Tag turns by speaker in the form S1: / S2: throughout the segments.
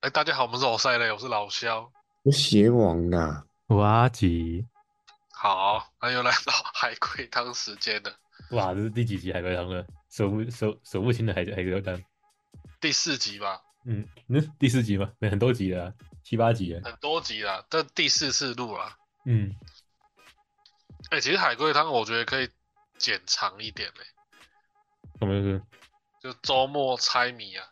S1: 哎，大家好，我们是偶赛嘞，我是老肖。
S2: 我鞋王啦，
S3: 我阿吉，
S1: 好，那又来到海龟汤时间了，
S3: 哇，这是第几集海龟汤了？数不数数不清的海海龟汤。
S1: 第四集吧，
S3: 嗯，嗯，第四集吗？没很多集了啊、七八集了。
S1: 很多集啦，这第四次录啦。
S3: 嗯，
S1: 哎，其实海龟汤我觉得可以剪长一点嘞，
S3: 我们是
S1: 就周末猜谜啊。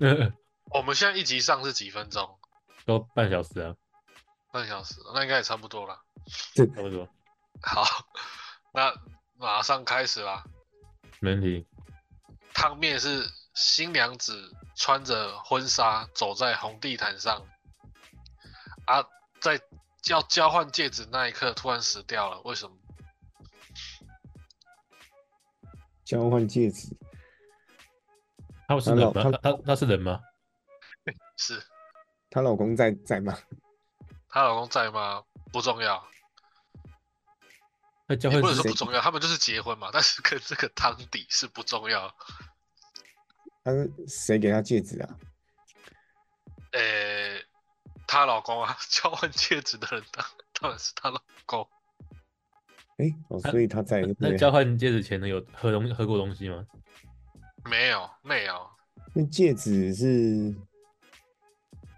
S3: 呃
S1: 我们现在一集上是几分钟？
S3: 都半小时啊，
S1: 半小时，那应该也差不多了。
S3: 差不多，
S1: 好，那马上开始啦。
S3: 没问题。
S1: 汤面是新娘子穿着婚纱走在红地毯上，啊，在要交换戒指那一刻突然死掉了，为什么？
S2: 交换戒指，
S3: 他是
S2: 他
S3: 人
S2: 老
S3: 吗？
S2: 他
S3: 他他他是人吗？
S1: 是
S2: 她老公在在吗？
S1: 她老公在吗？不重要，
S3: 他交
S1: 也
S3: 换
S1: 不能说
S3: 是
S2: 谁
S1: 不重要，他们就是结婚嘛。但是跟这个汤底是不重要。
S2: 她是谁给她戒指啊？
S1: 呃、她老公啊， 交换戒指的人当当然是她老公。
S2: 哎、哦，
S3: 她
S2: 所以她在对不
S3: 那
S2: 对？
S3: 交换戒指前呢有喝东喝过东西吗？
S1: 没有，没有，
S2: 那戒指是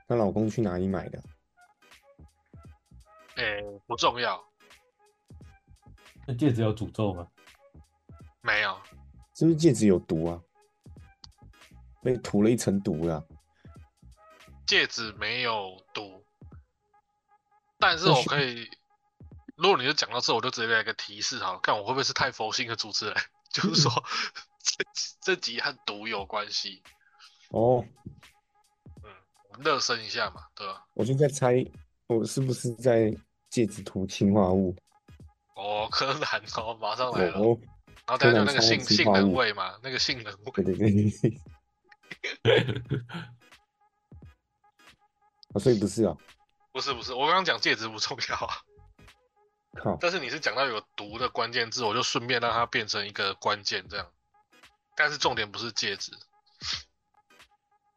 S2: 她老公去哪里买的？
S1: 呃、不重要，
S3: 那戒指有诅咒吗？
S1: 没有，
S2: 是不是戒指有毒啊？被涂了一层毒啊？
S1: 戒指没有毒，但是
S2: 那
S1: 我
S2: 是
S1: 可以，如果你就讲到这，我就直接来个提示好了，看我会不会是太佛心的主持人， 就是说这这集和毒有关系，
S2: 哦，
S1: 我们热身一下嘛，对吧？
S2: 我就在猜，我是不是在戒指涂氰化物？
S1: 哦，柯南哦，马上来了，
S2: 哦，
S1: 然后大家
S2: 柯
S1: 就
S2: 南
S1: 那个
S2: 超
S1: 性
S2: 级
S1: 性
S2: 化
S1: 能
S2: 物
S1: 味嘛，那个性能味
S2: 对对对 对对，哦，所以不是啊，
S1: 不是不是，我刚刚讲戒指不重要啊，
S2: 靠，
S1: 但是你是讲到有毒的关键字，我就顺便让它变成一个关键这样，但是重点不是戒指，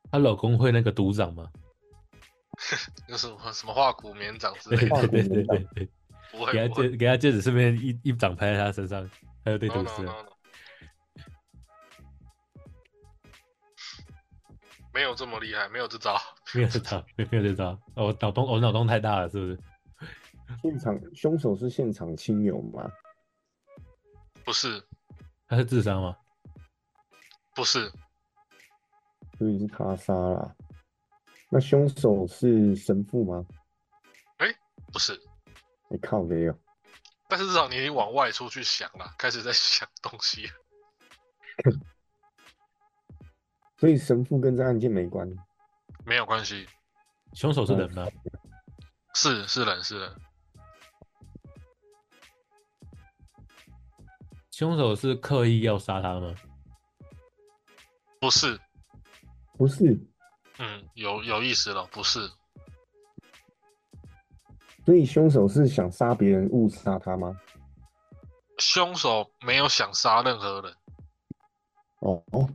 S3: 她老公会那个赌长吗？
S1: 那什么什么化骨绵掌之
S3: 对
S1: 类
S3: 对
S1: 的，
S2: 化骨绵
S3: 对对
S2: 掌
S3: 对对，
S1: 不会
S3: 给
S1: 不
S3: 他
S1: 会。
S3: 戒给他戒指，顺便一一掌拍在他身上，他就被
S1: no
S3: 毒
S1: no
S3: 死
S1: no
S3: 了。
S1: no，没有这么厉害，没有这招。
S3: 没有这招，没没有这招。哦我脑洞我脑洞太大了，是不是？
S2: 现场凶手是现场亲友吗？
S1: 不是，
S3: 他是智商吗？
S1: 不是，
S2: 所以是他杀啦。那凶手是神父吗？
S1: 不是。
S2: 你、靠哦没有，
S1: 但是至少你已经往外出去想了，开始在想东西了。
S2: 所以神父跟这案件没关。
S1: 没有关系，
S3: 凶手是人
S2: 哦
S3: 吗？
S1: 是是人是人，
S3: 凶手是刻意要杀他吗？
S1: 不是。
S2: 不是，
S1: 嗯，有有意思了，不是，
S2: 所以凶手是想杀别人误杀他吗？
S1: 凶手没有想杀任何人，
S2: 哦哦，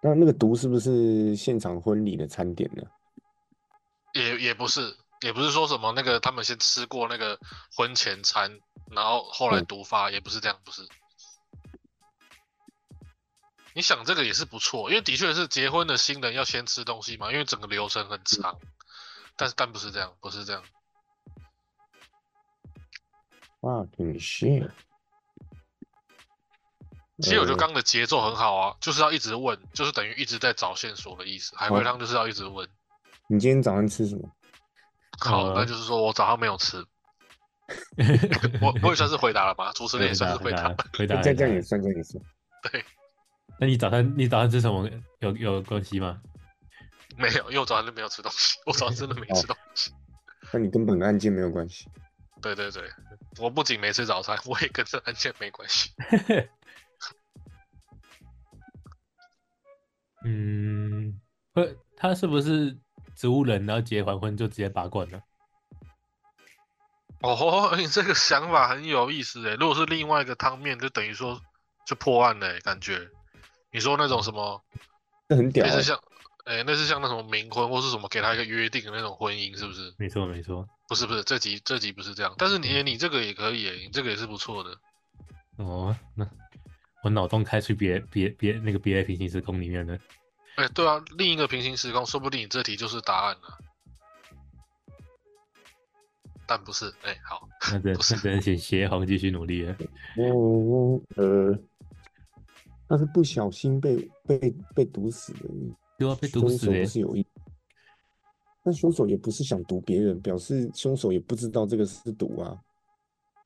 S2: 那那个毒是不是现场婚礼的餐点呢？
S1: 也也不是，也不是说什么那个他们先吃过那个婚前餐，然后后来
S2: 嗯
S1: 毒发，也不是这样，不是。你想这个也是不错，因为的确是结婚的新人要先吃东西嘛，因为整个流程很长。但是但不是这样，不是这样，
S2: 啊，挺是。
S1: 其实我觉
S2: 呃
S3: 嗯
S1: 得刚刚的节奏很好啊，就是要一直问，就是等于一直在找线索的意思。海
S3: 嗯
S1: 龟
S2: 好
S1: 汤就是要一直问。
S2: 你今天早上吃什么？
S1: 好，
S3: 呃
S1: 那就是说我早上没有吃，我我也算是回答了吧，主持人也算是回
S3: 回
S1: 答
S3: 答
S1: 了。
S3: 回答
S2: 那
S3: 回答。
S2: 这哎样这样也算，这样也算。
S3: 那你早餐你早餐吃什么有有关系吗？
S1: 没有，因为我早上就没有吃东西，我早上真的
S3: 哦
S1: 没吃东西。
S2: 那你跟本案件没有关系。
S1: 对对对，我不仅没吃早餐， 我也跟这案件没关系。
S3: 嗯，会他是不是植物人？然后结完婚就直接拔罐了？
S1: 哦， 你这个想法很有意思欸诶。如果是另外一个汤面，就等于欸说就破案嘞，感觉。你说那种什么，
S2: 这很屌、
S1: 类似
S2: 欸，
S1: 像哎，那是像那什么冥婚或是什么给他一个约定的那种婚姻，是不是？
S3: 没错没错，
S1: 不是不是，这集这集不是这样，但是你哎你这个也可以，你这个也是不错的。
S3: 哦，那我脑洞开去别别别那个别的平行时空 里面了。
S1: 哎，对啊，另一个平行时空，说不定你这题就是答案了。但不是，哎，好，
S3: 那真
S1: 不是
S3: 那真请邪皇继续努力了。
S2: 哦，呃，他是不小心被被被毒死的，
S3: 对啊，被毒
S2: 凶
S3: 死
S2: 手
S3: 的
S2: 不是有意。那凶手也不是想毒别人，表示凶手也不知道这个是毒啊。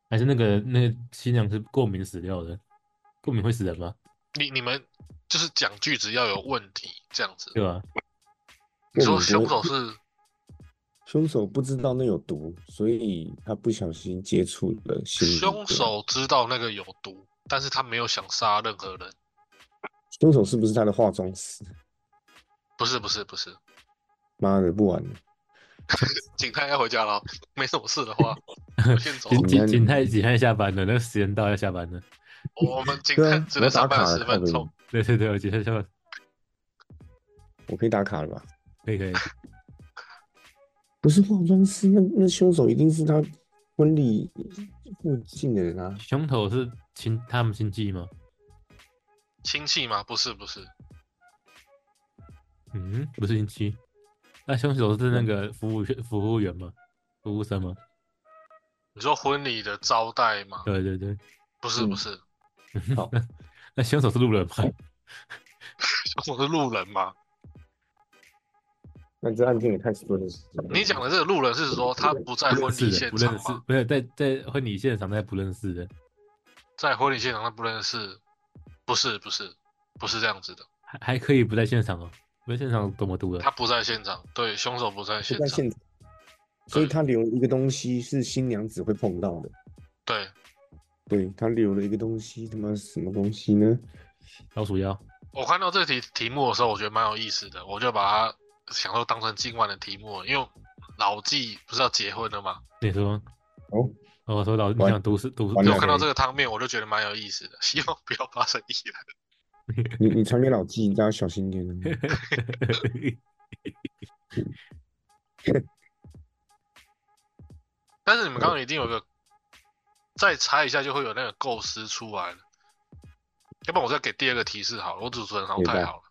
S3: 还是那个那个新娘是过敏死掉的？过敏会死人吗？
S1: 你你们就是讲句子要有问题这样子。
S3: 对吧？
S1: 你说
S2: 过敏不
S1: 凶
S2: 会
S1: 手是
S2: 凶手不知道那有毒，所以他不小心接触了心理
S1: 凶
S2: 的
S1: 手知道那个有毒，但是他没有想杀任何人。
S2: 凶手是不是他的化妆师？
S1: 不是不是不是，
S2: 妈的，不玩了。
S1: 警探要回家了，没什么事的话， 我先走。
S3: 警警
S2: 那
S3: 警探警探下班了，那个时间到要下班了。
S1: 我们警
S2: 对啊
S1: 探只能
S2: 我打
S1: 上班
S2: 卡
S1: 十
S2: 了靠
S1: 分
S2: 北
S1: 钟。
S3: 对对对，我警探下班，
S2: 我可以打卡了吧？
S3: 可以可以。
S2: 不是化妆师，那那凶手一定是他婚礼附近的人啊。
S3: 凶手是亲他们亲戚吗？
S1: 亲戚吗？不是不是，
S3: 嗯，不是亲戚。那凶手是那个服务员服务员吗？服务生吗？
S1: 你说婚礼的招待吗？
S3: 对对对。
S1: 不是
S2: 嗯
S1: 不是，
S2: 好
S3: 那那凶手是路人吗？
S1: 凶手是路人吗？
S2: 那这案件也太损了。
S1: 你讲的这个路人是说他不在
S3: 不
S1: 婚
S3: 认识
S1: 礼
S3: 的，
S1: 现
S3: 不
S1: 场
S3: 认识
S1: 吗，？
S3: 没有在在婚礼现场，在不认识的，
S1: 在婚礼现场他不认识，不是不是不是这样子的，
S3: 还还可以不在现场哦。不在现场怎么读的
S1: 他？不在现场，对，凶手不在
S2: 是
S1: 现
S2: 在
S1: 场，
S2: 现场，所以他留了一个东西是新娘子会碰到的。
S1: 对，
S2: 对，他留了一个东西，他妈什么东西呢？
S3: 老鼠药。
S1: 我看到这题题目的时候，我觉得蛮有意思的，我就把它想说当成今晚的题目，因为老纪不是要结婚了吗？
S3: 你说
S2: 哦，
S3: 哦，我说老你
S2: 完
S3: 想毒死毒死
S1: 所
S2: 完
S1: 以
S2: 哦了
S1: 我看到这
S3: 个，
S1: 个汤面，我就觉得蛮有意思的，希望不要发生意外。
S2: 你你传给老纪，你叫他小心 点哦。
S1: 但是你们刚刚一定有一个，再猜一下就会有那个构思出来了。要不然我再给第二个提示好了，我主持人好像
S2: 明白
S1: 太好了。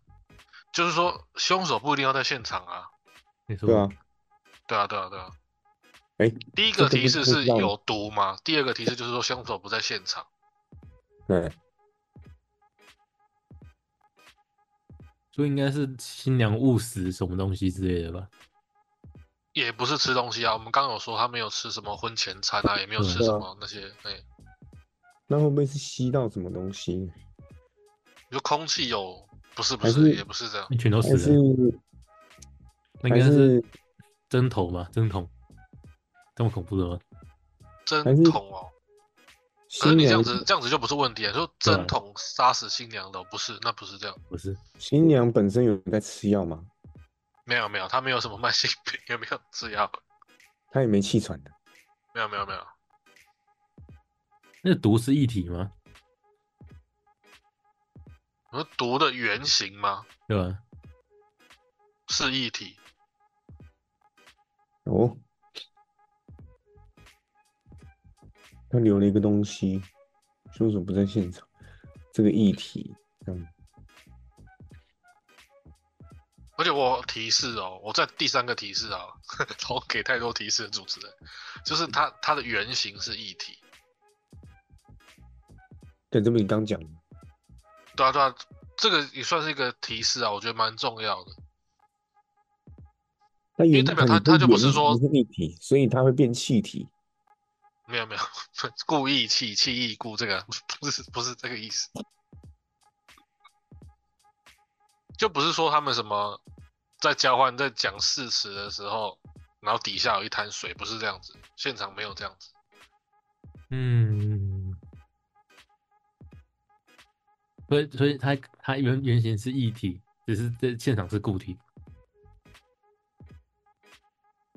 S1: 就是说，凶手不一定要在现场啊。
S3: 你说
S2: 对啊，
S1: 对啊，对啊，对啊。
S2: 哎
S1: 第一个提示是
S2: 这个不知道
S1: 有毒吗？第二个提示就是说凶手不在现场。
S2: 对，
S3: 所以应该是新娘误食什么东西之类的吧？
S1: 也不是吃东西啊，我们刚刚有说他没有吃什么婚前餐啊，也没有吃
S2: 对啊
S1: 什么那些，哎、
S2: 那会不会是吸到什么东西？
S1: 你说空气有，不是不
S2: 还
S1: 是，
S2: 是
S1: 也不是这样，
S3: 那全都
S2: 还
S3: 死
S2: 是
S3: 了，那应该
S2: 还是
S3: 是
S1: 啊
S3: 针头吧？针筒，这么恐怖的吗？
S2: 还
S1: 针
S2: 是
S1: 筒哦。可是
S2: 新
S1: 你这样
S2: 娘
S1: 子，这样子就不是问题啊！说
S3: 对啊
S1: 针筒杀死新娘的，不是，那不是这样，
S3: 不是，
S2: 新娘本身有在吃药吗？
S1: 没有没有，他没有什么慢 性病，也没有吃药，
S2: 她也没气喘的。
S1: 没有没有没有，
S3: 那毒是一体吗？
S1: 我说毒的原型吗？
S3: 对吧？
S1: 是液体，
S2: 哦，他留了一个东西，凶手不在现场，这个议题，嗯，
S1: 而且我提示哦，我在第三个提示啊， 我给太多提示了，主持人，就是它它的原型是液体，
S2: 对，这不你刚讲的，
S1: 对啊对啊，这个也算是一个提示啊，我觉得蛮重要的。
S2: 那
S1: 为
S2: 原
S1: 代表
S2: 本
S1: 他他就不是说
S2: 是液体，所以它会变气体，
S1: 没有没有，故意气气意故这个 不是不是这个意思，就不是说他们什么在交换在讲事实的时候，然后底下有一滩水，不是这样子，现场没有这样子。
S3: 嗯，所以所以它它原原型是一体，只是在现场是固体。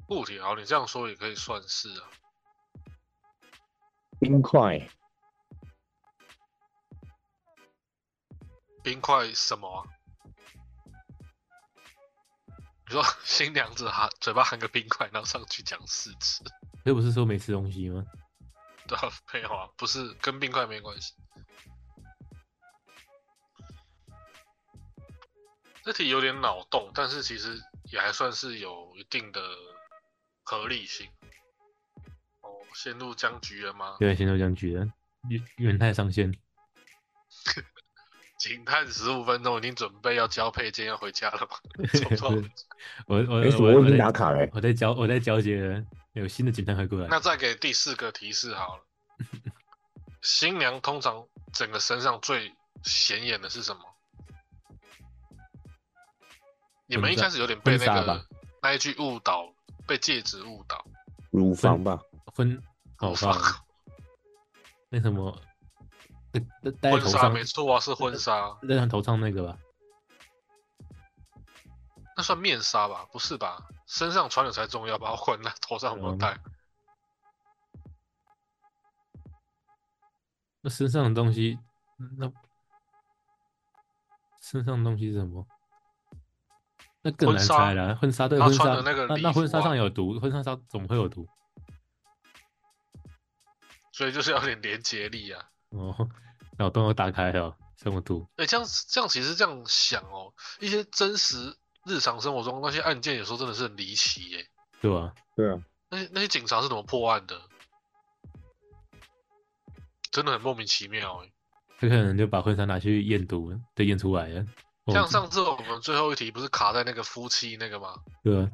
S1: 固体啊好，你这样说也可以算是啊，
S2: 冰块，
S1: 冰块什么啊、你说新娘子含嘴巴含个冰块，然后上去讲誓词，
S3: 这不是说没吃东西吗？
S1: 对啊，没有啊，不是跟冰块没关系。这题有点脑洞，但是其实也还算是有一定的合理性。哦，陷入僵局了吗？
S3: 对，先啊都僵局了，元元太上线，
S1: 警探十五分钟已经准备要交配件要回家了吗？从头到尾
S3: 我我
S2: 哎，什
S3: 我
S2: 么我已经打
S3: 在
S2: 卡了欸，
S3: 我在交我在交接了，有新的警探会过来
S1: 那，再给第四个提示 好了。新娘通常整个身上最显眼的是什么？你们一开始有点被那
S3: 婚纱吧
S1: 个那一句误导，被戒指误导。
S2: 乳房吧，
S3: 婚 好吧，那什么，戴戴在
S1: 婚
S3: 头
S1: 纱
S3: 上，
S1: 没错啊，是婚纱，
S3: 戴在头上那个吧？
S1: 那算面纱吧？不是吧？身上穿的才重要吧？我管那头上有没有戴。
S3: 嗯那身上的东西，那身上的东西是什么？那更
S1: 婚
S3: 难
S1: 纱
S3: 猜了。婚纱对
S1: 他
S3: 婚纱，
S1: 穿的那个礼
S3: 那婚纱
S1: 服啊
S3: 上有毒，婚纱上怎么会有毒？
S1: 所以就是要有点连结力啊。
S3: 哦，脑洞又打开了，什么毒？
S1: 哎、这样这样其实这样想哦，一些真实日常生活中那些案件，有时候真的是很离奇耶、
S3: 对吧？
S2: 对啊，
S1: 那些那些警察是怎么破案的？真的很莫名其妙哎、
S3: 他可能就把婚纱拿去验毒，就验出来了。哦
S1: 像上次我们最后一题不是卡在那个夫妻那个吗？
S3: 对啊，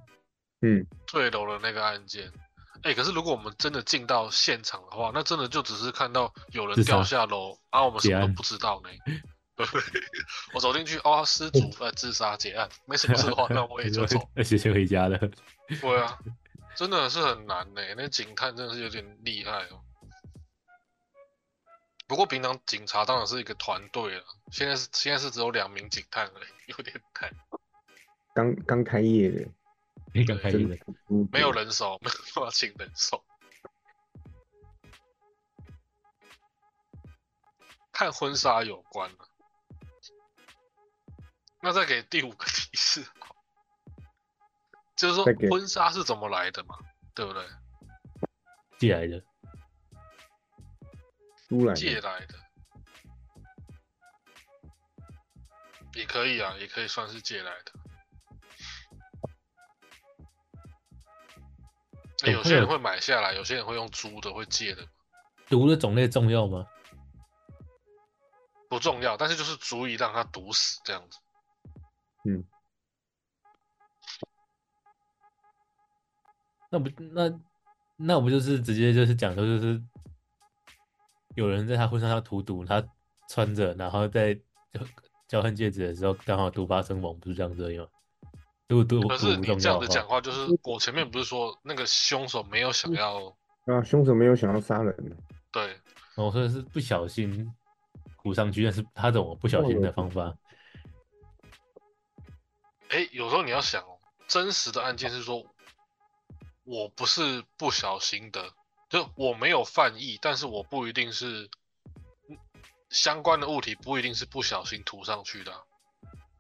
S1: 坠楼的那个案件。哎、可是如果我们真的进到现场的话，那真的就只是看到有人
S3: 自杀
S1: 掉下楼，啊，我们什
S3: 结
S1: 么
S3: 案
S1: 都不知道呢。 对不对？ 我走进去，哦，失主呃自杀结案，没什么事的 话，那我也就走。
S3: 而且先回家了。
S1: 对啊，真的是很难呢、那警探真的是有点厉害哦。不过平常警察当然是一个团队了，现在是现在是只有两名警探而已， 有点太
S2: 刚刚开业的，
S3: 你敢开
S2: 真
S3: 心
S2: 的
S3: 的？
S1: 没有人手， 没有办法请人手。看婚纱有关了、那再给第五个提示好，就是说
S2: 再给
S1: 婚纱是怎么来的嘛，对不对？
S3: 寄来的，
S2: 出来
S1: 借
S2: 的，
S1: 来的，也可以啊，也可以算是借来的。欸哎
S3: 哦
S1: 有
S3: 它
S1: 些人
S3: 有
S1: 会买下来，有些人会用租的，会借的，
S3: 毒的种类重要吗？
S1: 不重要，但是就是足以让他毒死这样子。
S3: 那不那那我不就是直接就是讲说就是有人在他婚纱上涂毒，他穿着，然后在交交换戒指的时候刚好毒发身亡，不是这样子而已吗？如果毒毒
S1: 可是
S3: 不
S1: 你
S3: 重
S1: 这样
S3: 要
S1: 子
S3: 的
S1: 讲
S3: 话，
S1: 话，就是我前面不是说那个凶手没有想要
S2: 啊，凶手没有想要杀人啊，
S1: 对，
S3: 哦我说的是不小心涂上去，但是他怎么不小心的方法？
S1: 哎，有时候你要想哦，真实的案件是说，我不是不小心的，就我没有犯意，但是我不一定是嗯相关的物体不一定是不小心涂上去的啊、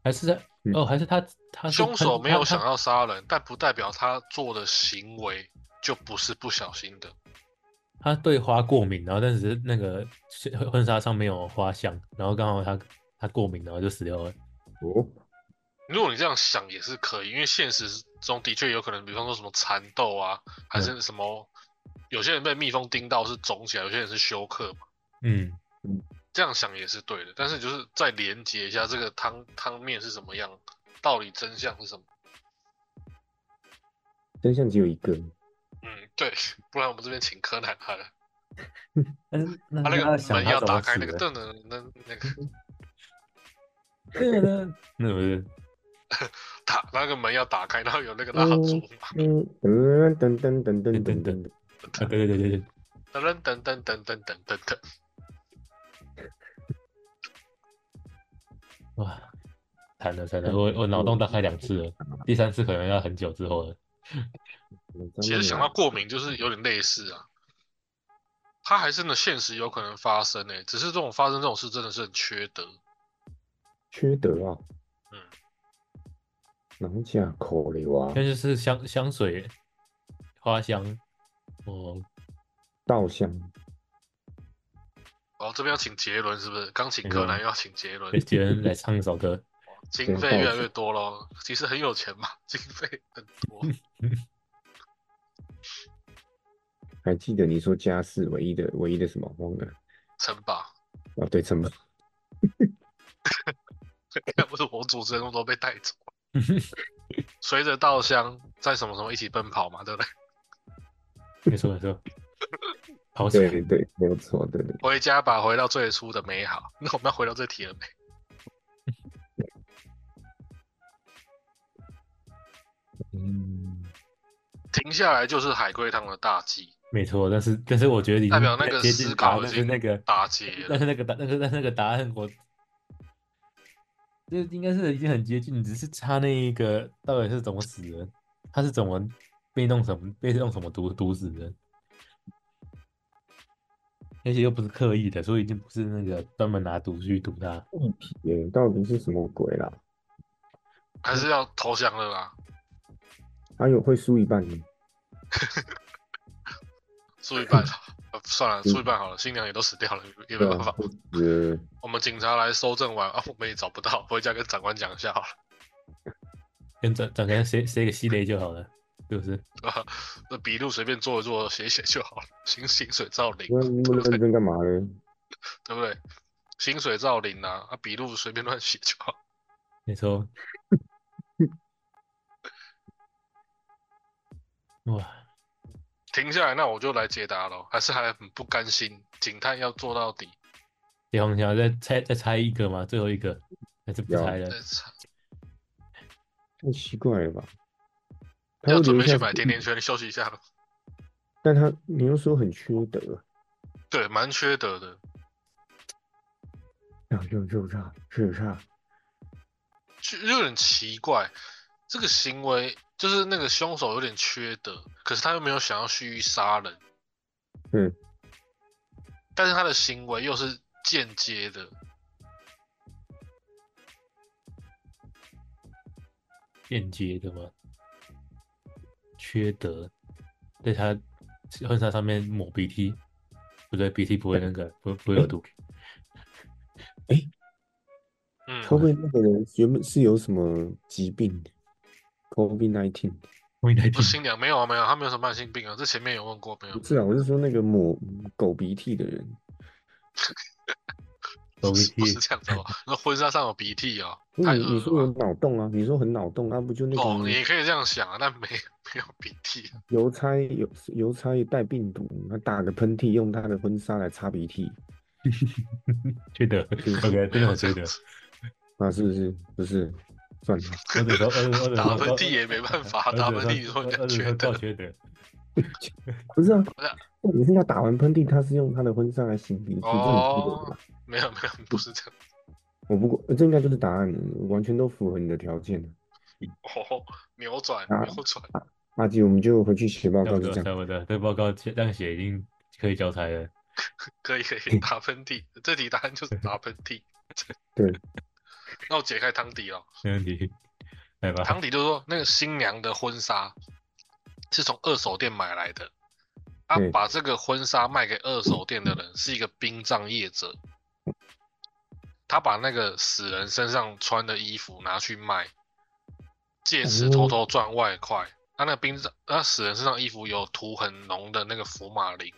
S3: 还是在
S2: 嗯
S3: 哦，还是他他是
S1: 凶
S3: 他
S1: 手没有
S3: 他
S1: 想
S3: 他
S1: 要杀人，但不代表他做的行为就不是不小心的。
S3: 他对花过敏，然后但只是那个婚婚纱上没有花香，然后刚好他他过敏，然后就死掉了。
S2: 哦，
S1: 如果你这样想也是可以，因为现实中的确有可能，比方说什么蚕豆啊，还是什么，有些人被蜜蜂叮到是肿起来，有些人是休克嘛。
S3: 嗯，
S1: 这样想也是对的，但是就是再连接一下
S3: 嗯
S1: 这个汤汤面是什么样，到底真相是什么？
S2: 真相只有一个，
S1: 嗯，对， 不然我们这边请柯南他了，
S3: 但是那
S1: 他那
S3: 嗯他
S1: 个
S3: 想
S1: 门
S3: 他
S1: 要
S3: 怎么
S1: 打开
S3: 死
S1: 那个
S3: 的
S1: 噔噔噔那个
S3: 那不是
S1: 打那个门要打开，然后有那个蜡烛嘛，
S2: 嗯，噔噔噔噔噔
S3: 噔
S2: 噔
S3: 噔
S2: 噔，
S3: 啊？对对对对对，
S1: 噔噔噔噔噔噔噔噔，
S3: 哇，惨了惨了，我我脑洞大开两次了，第三次可能要很久之后了。
S1: 其实想到过敏就是有点类似啊，它还真的现实有可能发生诶、只是这种发生这种事真的是很缺德。
S2: 缺德啊，哪家口里哇
S3: 那？就是香香水、花香，哦，
S2: 稻香
S1: 哦，这边要请杰伦是不是？刚请柯南，又要请杰伦
S3: 被，杰伦来唱一首歌。
S1: 经费越来越多咯，其实很有钱嘛，经费很多。
S2: 嗯还记得你说家是唯一的唯一的什么忘了？
S1: 城堡，
S2: 啊，对，城堡。
S1: 要不是我主持人都被带走，随着稻香在什么什么一起奔跑嘛，对不对？
S3: 没错没错，好
S2: 对
S3: 水，
S2: 对，没有错，对对。
S1: 回家吧，回到最初的美好。那我们要回到这题了没？
S2: 嗯，
S1: 停下来就是海龟汤的大忌，
S3: 没错。但是但是我觉得已经
S1: 代表那个
S3: 接近
S1: 思
S3: 答案
S1: 考已
S3: 但是
S1: 经
S3: 那个
S1: 打结
S3: 但
S1: 了。
S3: 是那个答，那个但是那个答案我，这应该是已经很接近，只是差那一个到底是怎么死的，他是怎么被弄什么被弄什么毒毒死的，而且又不是刻意的，所以已经不是那个专门拿毒去毒他。
S2: 也到底是什么鬼啦？
S1: 还是要投降了啦，
S2: 还有会输一半的，
S1: 输一半，呃算了，输一半好了，新娘也都死掉了，也没
S2: 对
S1: 办
S2: 啊
S1: 法。，
S2: 呃，
S1: 我们警察来搜证完啊，我们也找不到，回家跟长官讲一下好了，
S3: 跟长长官谁谁给吸雷就好了，是不是？
S1: 对吧？那笔录随便做一做，写一写就好了，薪薪水照领
S2: 不
S1: 嘛，
S2: 然那么认真干嘛呢？
S1: 对不对？薪水照领啊，啊，笔录随便乱写就好。
S3: 没错。 哇，
S1: 停下来，那我就来解答咯，还是还很不甘心，警探要做到底。
S3: 李红桥再猜再猜一个吗？最后一个还是不
S2: 要
S3: 猜了？
S1: 再查
S2: 太奇怪了吧？他
S1: 要
S2: 会
S1: 准
S2: 留
S1: 备去
S2: 下
S1: 买甜甜圈休息一下了。
S2: 但他你又说很缺德，
S1: 对，蛮缺德的。
S2: 啊，又又差，是差，
S1: 嗯就有点奇怪，这个行为就是那个凶手有点缺德，可是他又没有想要蓄意杀人，
S2: 嗯，
S1: 但是他的行为又是间接的，
S3: 间接的吗？缺德，在他婚纱上面抹鼻涕，不对，鼻涕不会那个，不不会有毒。
S1: 嗯
S2: 会，不会那个人原本是有什么疾病？COVID nineteen
S3: 我应 该
S1: 不新娘没有啊，没有，他没有什么慢性病啊，这前面有问过没有
S2: 不？是啊，我是说那个抹狗鼻涕的人，
S3: 有
S1: 不
S3: 鼻
S1: 是
S3: 涕
S1: 不，是这样子哦， 那婚纱上有鼻涕哦，
S2: 因
S1: 太
S2: 为你
S1: 恶
S2: 你
S1: 了
S2: 说有
S1: 吧。
S2: 脑洞啊，你说很脑洞啊，不就那
S1: 哦，
S2: 个
S1: 你也可以这样想啊，但没 没有鼻涕啊，
S2: 邮差邮邮差带病毒，他打个喷嚏，用他的婚纱来擦鼻涕
S3: 缺德。OK，真的很缺德。
S2: 啊，是不是？不是，算 了，
S3: 我只说，我只我只
S1: 打喷嚏也没办法打喷嚏你说人家缺德
S3: 缺德。
S2: 不是啊
S1: 是啊，
S2: 你是他打完喷嚏，他是用他的婚纱来擤鼻涕，这很奇怪
S1: 哦
S2: 吧？
S1: 没有没有，不是这样。
S2: 我不过呃这应该就是答案了，完全都符合你的条件了。
S1: 哦，扭转
S2: 啊
S1: 扭转，
S2: 阿吉，我们就回去写报
S3: 差
S2: 告，
S3: 不
S2: 就
S3: 多，
S2: 这样。
S3: 差不多。这报告这样写已经可以交差了。
S1: 可以可以，打喷嚏，这题答案就是打喷嚏。
S2: 对，
S1: 那我解开汤底了。
S3: 没问题，来 吧。
S1: 汤底就是说，那个新娘的婚纱是从二手店买来的，啊
S2: 对，
S1: 把这个婚纱卖给二手店的人是一个殡葬业者，他把那个死人身上穿的衣服拿去卖，借此偷偷赚外快。啊他、那个殡葬，那死人身上衣服有涂很浓的那个福马林，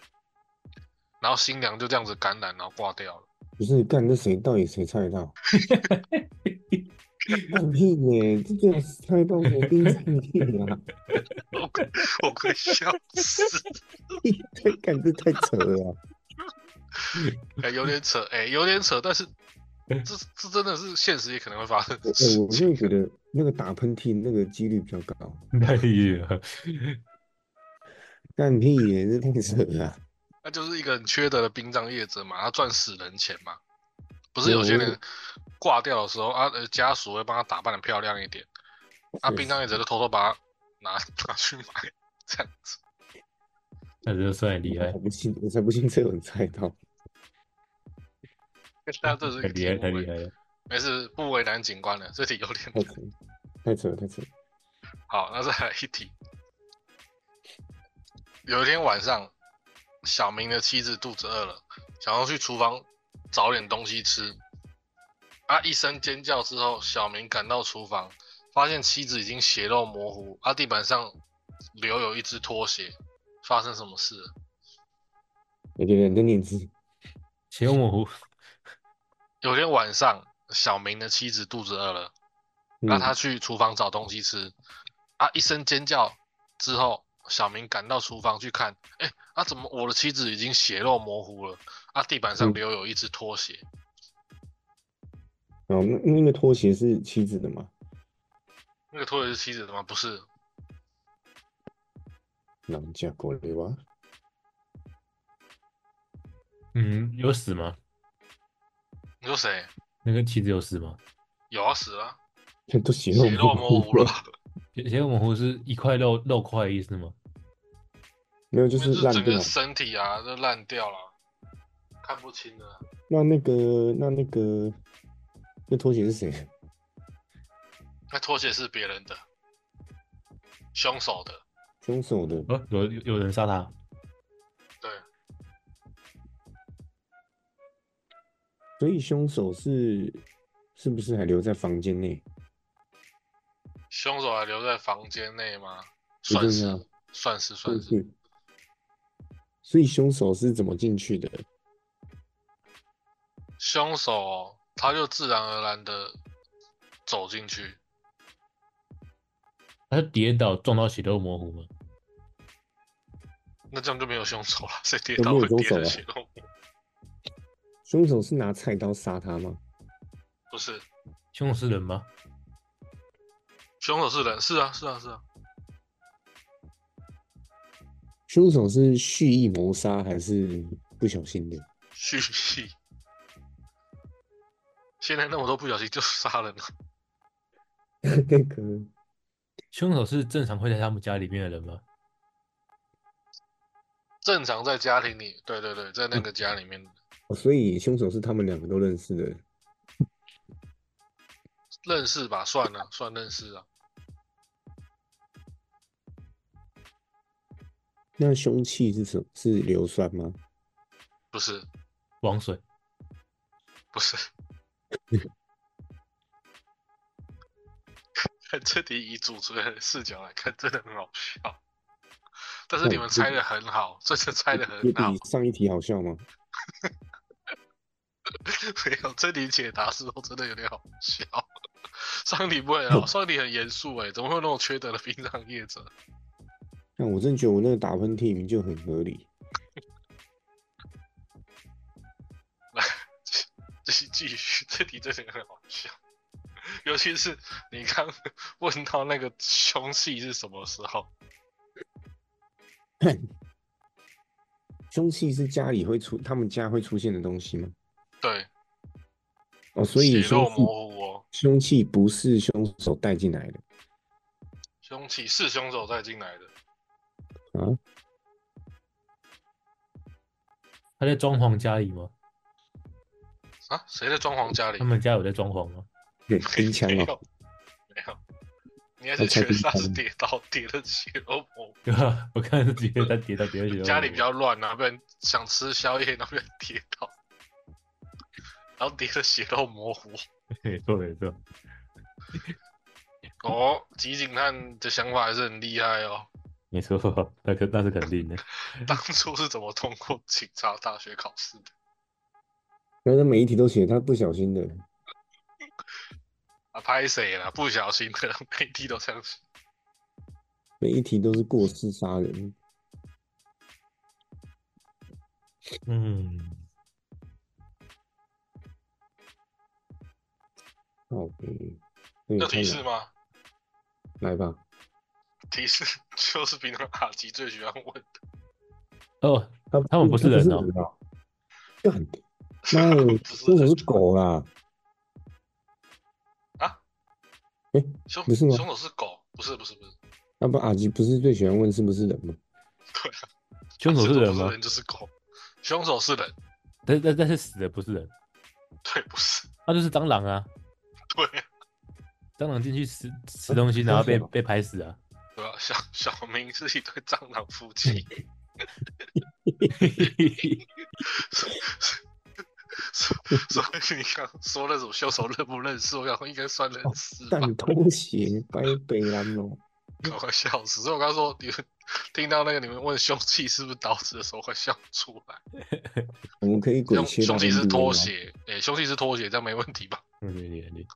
S1: 然后新娘就这样子感染，然后挂掉了。
S2: 不是干这谁到底谁猜得 到？放屁耶！这个猜到谁冰上屁啊！
S1: 我快我快笑死，
S2: 太干这太扯了啊！
S1: 哎、有点扯，哎、有点扯，但是
S3: 嗯
S1: 这这真的是现实也可能会发生的
S2: 我
S1: 事
S2: 哎
S1: 情。
S2: 我真的觉得那个打喷嚏那个几率比较高。
S3: 太厉害了，
S2: 干屁耶！这太扯了啊！
S1: 那就是一个很缺德的殡葬业者嘛，他赚死人钱嘛。不是有
S3: 嗯
S1: 些人挂掉的时候啊，呃家属会帮他打扮的漂亮一点，啊，
S2: 是
S1: 殡葬业者就偷偷把他拿 拿去买，这样子。
S3: 那这就算厉害
S2: 我才。不信，我才不信这有人猜到。
S1: 那这是一个
S3: 太厉
S1: 题
S3: 害，太
S1: 目
S3: 厉
S1: 而已，
S3: 害了！
S1: 没事，不为难警官了，这题有点
S2: 太扯了！太扯了太扯了。
S1: 好，那再来一题。有一天晚上，小明的妻子肚子饿了，想要去厨房找点东西吃。啊！一声尖叫之后，小明赶到厨房，发现妻子已经血肉模糊，啊，地板上留有一只拖鞋。发生什么事了？
S2: 有点嗯人的年纪，
S3: 血肉模糊，
S1: 有天晚上，小明的妻子肚子饿了，让
S2: 嗯
S1: 他去厨房找东西吃。啊！一声尖叫之后，小明赶到厨房去看，哎、啊，怎么我的妻子已经血肉模糊了？啊，地板上
S2: 嗯
S1: 留有一只拖鞋。
S2: 哦，那那个拖鞋是妻子的吗？
S1: 那个拖鞋是妻子的吗？不是，
S2: 人家过来哇，
S3: 嗯，有死吗？
S1: 你说谁？
S3: 那个妻子有死吗？
S1: 有啊，死了，
S2: 都血
S1: 血
S2: 肉
S1: 肉模糊了，
S3: 血血肉模糊是一块肉肉块的意思吗？
S2: 没有，就
S1: 就是是
S2: 烂
S1: 整
S2: 掉
S1: 个。身体啊都烂掉了，看不清了。
S2: 那那个那那个那拖鞋是谁？
S1: 那拖鞋是别人的，凶手的，
S2: 凶手的
S3: 哦，有有有人杀他，
S1: 对，
S2: 所以凶手是是不是还留在房间内？
S1: 凶手还留在房间内吗？
S2: 不
S1: 算
S2: 重要
S1: 是，算是，算是。
S2: 是。所以凶手是怎么进去的？
S1: 凶手、哦他就自然而然的走进去，
S3: 他就跌倒撞到血肉模糊吗？
S1: 那这样就没有凶手了。 谁跌
S2: 有
S1: 倒
S2: 没有
S1: 会
S2: 凶
S1: 跌
S2: 手
S1: 的
S2: 啊
S1: 血肉模糊？
S2: 凶手是拿菜刀杀他吗？
S1: 不是，
S3: 凶手是人吗？
S1: 凶手是人，是啊，是啊，是啊，
S2: 凶手是蓄意谋杀还是不小心的？
S1: 蓄意。现在那么多不小心就杀人了，
S2: 那个
S3: 凶手是正常会在他们家里面的人吗？
S1: 正常在家庭里，对对对，在那个家里面，
S2: 哦，所以凶手是他们两个都认识的。
S1: 认识吧，算了，算认识啊。
S2: 那凶器是什么？是硫酸吗？
S1: 不是，
S3: 王水，
S1: 不 是。看这题以主持人的视角来看，真的很好笑。但
S2: 哦
S1: 是你们猜的很好，这次猜的
S2: 有
S1: 很哦好
S2: 比。上一题好笑吗？
S1: 没有，这题解答时候真的有点好笑。上题不会
S2: 哦
S1: 啊，上题很严肃哎，怎么会有那种缺德的殡葬业者？
S2: 但我真觉得我那个打喷嚏明明就很合理。
S1: 继续继续，这题真的很好笑。尤其是你刚 问到那个凶器是什么时候，
S2: 凶器是家里会出，他们家会出现的东西吗？
S1: 对，
S2: 哦，所以
S1: 血
S2: 凶
S1: 肉
S2: 器
S1: 模糊哦。
S2: 凶器不是凶手带进来的。
S1: 凶器是凶手带进来的，
S3: 他在装潢家里吗？
S1: 啊？谁在装潢家里？
S3: 他们家有在装潢吗？
S2: 对，冰枪
S1: 没
S2: 哦，
S1: 有，没有。你还是觉得他是跌倒跌的血肉模糊，
S3: 对吧？我看是直接在跌到跌到
S2: 哎
S3: 血肉模糊
S1: 哦家里比较乱啊，不然想吃宵夜，然后被人跌倒，然后跌的血肉模糊。
S3: 没错没错，
S1: 哦，吉警探的想法还是很厉害 哦。
S3: 没错，那可那是肯 定的。
S1: 当初是怎么通过警察大学考试的？
S2: 然后他每一题都写他不小心的。
S1: 啊，拍谁啦？不小心的，每题都这样写。
S2: 每一题都是过失杀人，
S3: 嗯，
S2: 好嗯，那
S1: 这
S2: 你
S1: 提
S2: 看
S1: 示
S2: 来
S1: 吗？
S2: 来吧，
S1: 提示就是平常阿吉最喜欢问的。，
S3: 哦，
S2: 他
S3: 他们不是人
S2: 他
S3: 哦
S2: 不是人哦，干，妈的
S1: 不是
S2: 嗯凶手
S1: 人
S2: 是狗啦，
S1: 凶
S2: 不是吗
S1: 凶手是狗，不是不是不是，
S2: 那不阿吉不是最喜欢问是不是人吗？
S1: 对啊，
S3: 凶手是人
S1: 不
S3: 吗
S1: 是？人就是狗，凶手是人，
S3: 但但但是死的不是人，
S1: 对，不是，
S3: 那就是蟑螂啊！
S1: 对啊，
S3: 蟑螂进去吃
S1: 啊
S3: 吃东西，然后被被拍死 啊！
S1: 对吧？小小明是一对蟑螂夫妻，
S2: 嗯
S1: 所以所以你刚说那种凶手认不认识，我想应该算认识吧。
S2: 哦但偷袭白北兰哦，
S1: 搞快笑死！所以我刚说你们听到那个你们问凶器是不是刀子的时候，快笑出来。
S2: 我们可以鬼
S1: 凶
S2: 切
S1: 凶
S2: 到
S1: 器是
S2: 印度
S1: 拖
S2: 吗，
S1: 鞋，哎、凶器是拖鞋，这样没问题吧？
S3: 嗯对对对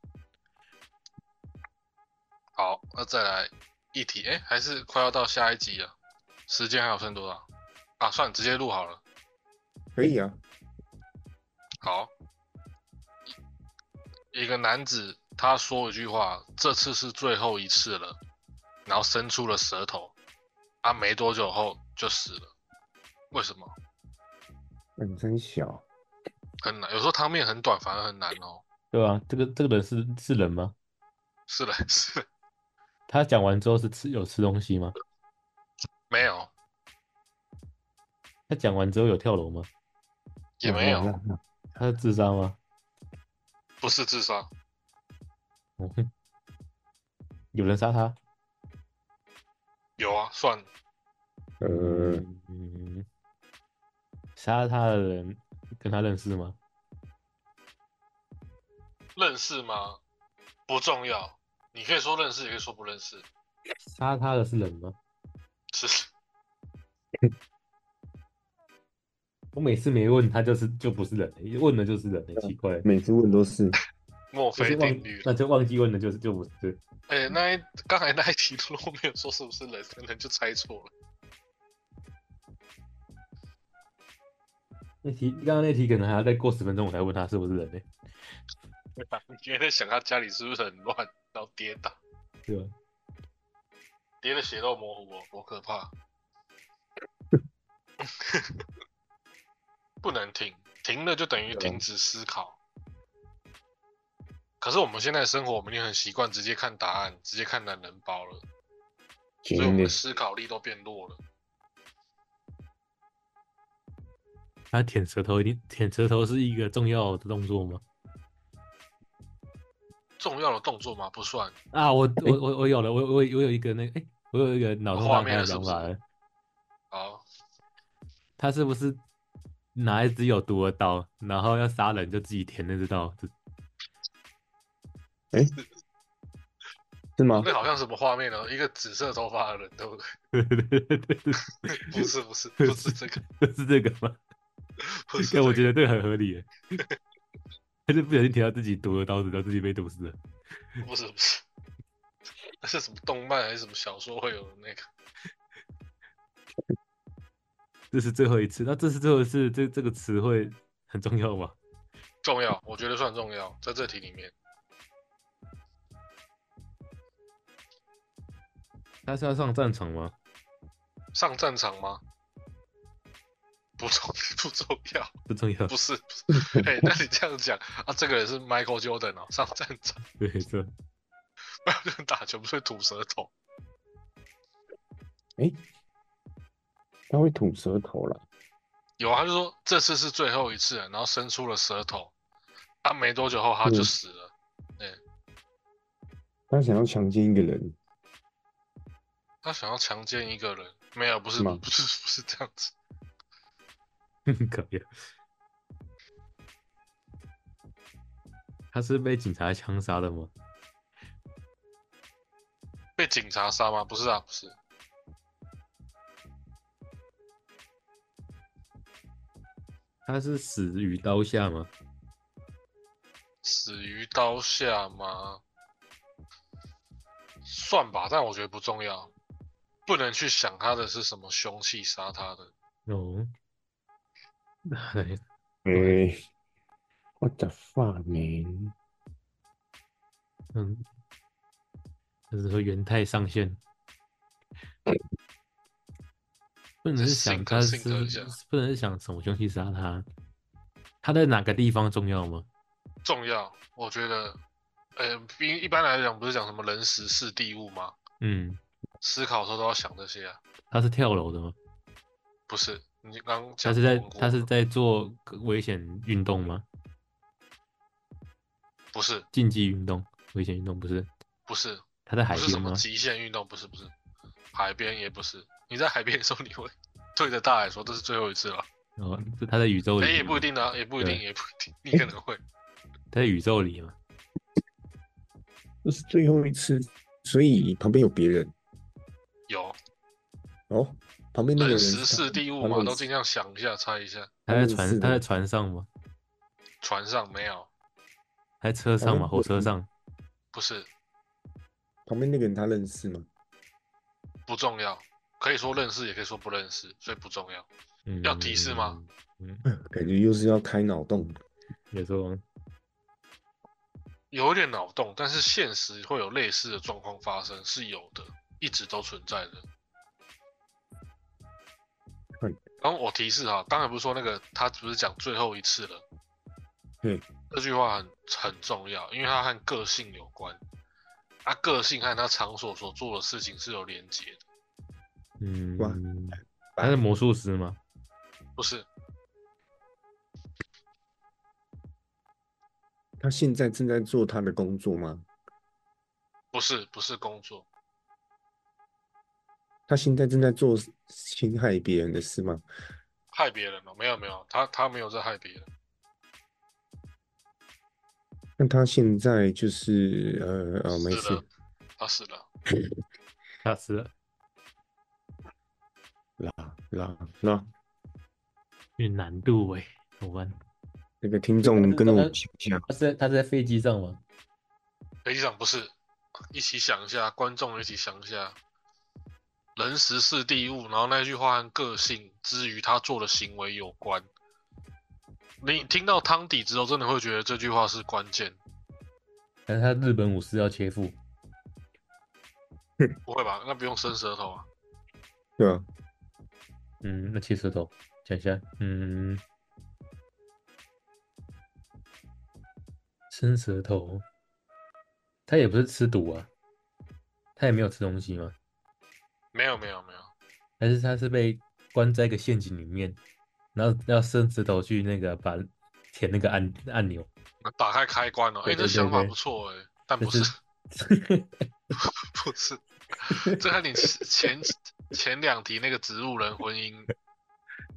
S1: 好，那再来一题，哎、还是快要到下一集了，时间还有剩多少？啊，算了，直接录好了。
S2: 可以啊。
S1: 好，一一个男子他说一句话：“这次是最后一次了。”然后伸出了舌头，啊，没多久后就死了。为什么？
S2: 很真小，
S1: 很难，有时候汤面很短，反而很难哦。
S3: 对啊，这个这个人是是人吗？
S1: 是的， 是的，
S3: 他讲完之后是吃有吃东西吗？
S1: 没有，
S3: 他讲完之后有跳楼吗？
S1: 也没有，
S2: 那那
S3: 他是自杀吗？
S1: 不是自杀，
S3: 嗯有人杀他？
S1: 有啊，算
S2: 呃，
S3: 嗯，杀他的人跟他认识吗？
S1: 认识吗？不重要，你可以说认识，也可以说不认识。
S3: 杀他的是人吗？
S1: 是，
S3: 我每次没问他就是就不是人了，问了就是人了，欸奇怪，
S2: 每次问都是
S1: 墨
S3: 就是
S1: 菲
S3: 忘
S1: 定律。
S3: 那就忘记问了就是就不是对。
S1: 哎、那一刚才那一题如果没有说是不是人，可能就猜错了。
S3: 那题刚刚那题可能还要再过十分钟我才问他是不是人呢、欸
S1: 对吧？你今天在想他家里是不是很乱，然后跌倒，
S3: 对吧？
S1: 跌的血肉模糊哦，多可怕！ 不能停，停了就等于
S3: 啊
S1: 停止思考。可是我们现在的生活，我们已经很习惯直接看答案，直接看懒人包了，
S2: 绝
S1: 所以我们
S2: 对
S1: 的思考力都变弱了。
S3: 他舔舌头一定舔舌头是一个重要的动作吗？
S1: 重要的动作嘛不算，
S3: 啊，我我我我有了，我我我有一个那个，哎、我有一个脑洞
S1: 画
S3: 大
S1: 面
S3: 开的
S1: 了是
S3: 想
S1: 不
S3: 法
S1: 是
S3: 了，哦
S1: 好，
S3: 他是不是拿一支有毒的刀，然后要杀人就自己舔那只刀？ 这
S2: 是吗？
S1: 那好像什么画面呢？哦一个紫色头发的人，对不对？
S3: 对对对对对，
S1: 不是， 不是，不是这个，
S3: 是这个吗？
S1: 不是、
S3: 但哎我觉
S1: 得
S3: 得这个很合理耶， 他就不小心舔到自己毒的刀子，然后自己被毒死了。
S1: 不是，不是，那是什么动漫还是什么小说会有的那个？
S3: 这是最后一次，那这是最后一次，这这个词汇很重要吗？
S1: 重要，我觉得算重要，在这题里面，
S3: 他是要上战场吗？
S1: 上战场吗？不重 不重要，
S3: 不重要，
S1: 不是不是。哎、那你这样讲啊，这个人是 Michael Jordan 哦，上战场
S3: 对，这
S1: ，Michael Jordan 打球不是吐舌头，
S2: 哎，他会吐舌头了，
S1: 有啊，他就说这次是最后一次了，然后伸出了舌头，啊，没多久后他就
S2: 嗯
S1: 死了，
S2: 他想要强奸一个人，
S1: 他想要强奸一个人，没有，不是
S2: 是吗
S1: 不是不是这样子，
S3: 可以。他是被警察枪杀的吗？
S1: 被警察杀吗？不是啊，不是，
S3: 他是死于刀下吗？
S1: 死于刀下吗？算吧，但我觉得不重要，不能去想他的是什么凶器杀他的。
S3: 哦，哎
S2: 哎，what the fuck man？
S3: 嗯，就是说元太上线，不能
S1: 这
S3: 是
S1: 性
S3: 想
S1: 格
S3: 他是
S1: 性格一下
S3: 不能是想什么凶器杀他，他在哪个地方重要吗？
S1: 重要，我觉得，呃，一一般来讲不是讲什么人时事地物吗？
S3: 嗯，
S1: 思考的时候都要想这些啊，
S3: 他是跳楼的吗？
S1: 不是？你刚刚
S3: 他
S1: 讲
S3: 是在
S1: 过过
S3: 他是在做危险运动吗？
S1: 不是
S3: 竞技运动，危险运动不是？
S1: 不是，
S3: 他在海
S1: 不是什
S3: 边
S1: 么
S3: 吗？
S1: 极限运动，不是不是，海边也不是。你在海边的时候，你会 对着大海说这是最后一次了。
S3: 哦，是他在宇宙
S1: 哎、
S3: 里，
S1: 也不一，定啊，也不一定，
S3: 对
S1: 也不一定，你可能会。
S3: 他在宇宙里嘛。
S2: 这是最后一次，所以旁边有别人
S1: 有
S2: 哦，旁边那
S1: 人
S2: 个人
S1: 时
S2: 是他
S1: 事哎地物
S2: 旁
S1: 嘛，
S2: 边
S1: 都尽量想一下，猜一下。
S2: 他
S3: 他在
S2: 认识
S3: 船，
S2: 的
S3: 他在船上吗？
S1: 船上没有，
S3: 他在车上吗？
S2: 哦
S3: 火车上？
S1: 不是
S2: 旁边那个人他认识吗？
S1: 不重要，可以说认识，也可以说不认识，所以不重要。
S3: 嗯，
S1: 要提示吗？
S3: 嗯，
S2: 感觉又是要开脑洞。
S3: 有时候
S1: 有一点脑洞，但是现实会有类似的状况发生，是有的，一直都存在 的。
S2: 嗯
S1: 然后我提示哈，当然不是说那个他只是讲最后一次 了，
S2: 嗯，
S1: 这句话很很重要，因为它和个性有关，他个性和他场所所做的事情是有连结的，
S3: 嗯
S2: 哇，
S3: 他是魔术师吗？
S1: 不是
S2: 他现在正在做他的工作吗？
S1: 不是不是工作，
S2: 他现在正在做侵害别人的事吗？
S1: 害别人了，哦没有没有，他他没有在害别人，
S2: 那他现在就是
S3: 哦
S2: 呃呃没
S1: 死
S2: 事
S1: 了，，他死了，
S3: 他死了，
S2: 啦啦啦！
S3: 有点难度哎，怎么办？
S2: 那个听众能跟我讲一下，
S3: 他是在他是在飞机上吗？
S1: 飞机场不是，一起想一下，观众一起想一下，人时事地物，然后那句话和个性之于他做的行为有关。你听到汤底之后，真的会觉得这句话是关键，
S3: 但是他日本武士要切腹，
S1: 不会吧？那不用伸舌头啊，
S2: 对啊吧？
S3: 嗯，那切舌头，讲一下，嗯，伸舌头，他也不是吃毒啊，他也没有吃东西嘛，
S1: 没有没有没有，
S3: 但是他是被关在一个陷阱里面，然后要伸舌头去那个把舔那个按按 钮，
S1: 打开开关了、诶哎、
S3: 对
S1: 这
S3: 对
S1: 想法
S3: 对对
S1: 不错哎、但
S3: 但
S1: 不是
S3: 是
S1: 不是，这和你前前两题那个植物人婚姻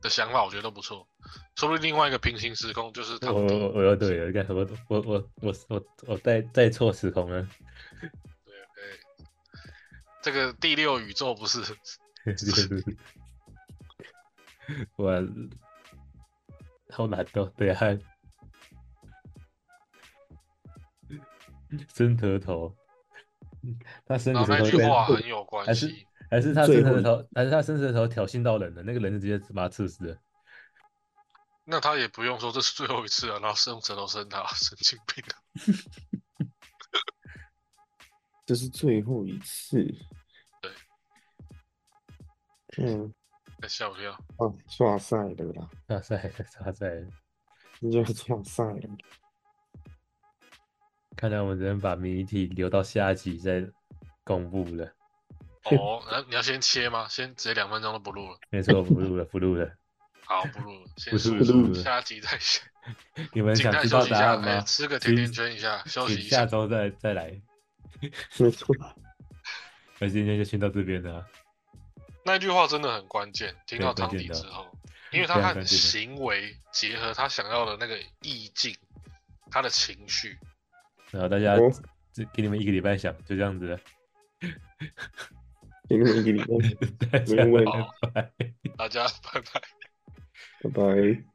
S1: 的想法，我觉得都不错，说不定另外一个平行时空就是
S3: 我
S1: 汤底。
S3: 我我又对了，你看我我我我我我带带错时空了，
S1: 对，对，这个第六宇宙不是
S3: 我好难哦，对啊，伸舌头，他伸
S1: 然
S3: 舌
S1: 后
S3: 头
S1: 那句
S3: 对
S1: 话很有关
S3: 还是
S1: 系，
S3: 还是他
S2: 最
S3: 伸舌
S2: 后一
S3: 头，还是他伸舌头挑衅到人了，那个人就直接把他刺死了。
S1: 那他也不用说这是最后一次了，然后是用舌头伸他，神经病啊！
S2: 这是最后一次。嗯，
S1: 在笑不笑？
S2: 啊，下赛了啦，
S3: 哇塞，哇塞！
S2: 应该下赛了。
S3: 看来我们只能把谜题留到下一集再公布了。
S1: 哦，那你要先切吗？先直接两分钟都不录了，
S3: 没错，不录了，不 录了。
S1: 好，不录了，先
S3: 不是
S1: 录
S3: 不录
S1: 一
S3: 了
S1: 下下集再想。
S3: 你们
S1: 静
S3: 想
S1: 态
S3: 知
S1: 休
S3: 道
S1: 息一
S3: 答
S1: 下，
S3: 案
S1: 哎，
S3: 吗？
S1: 吃个
S3: 请
S1: 甜甜圈一下，休息
S3: 请
S1: 一
S3: 下
S1: 下。
S3: 周再再来。
S2: 没错，
S3: 那今天就先到这边了啊。
S1: 那句话真的很关键，听
S3: 对
S1: 到
S3: 关
S1: 汤
S3: 键
S1: 底
S3: 的
S1: 之后，因为他
S3: 非常
S1: 和
S3: 关键的
S1: 行为结合他想要的那个意境，他的情绪。
S3: 然后大家
S2: 哦
S3: 只给你们一个礼拜想，就这样子了。
S2: 给你们一个礼拜，
S3: 大家
S2: 没问
S3: 拜拜。
S1: 大家拜拜。
S2: 拜拜。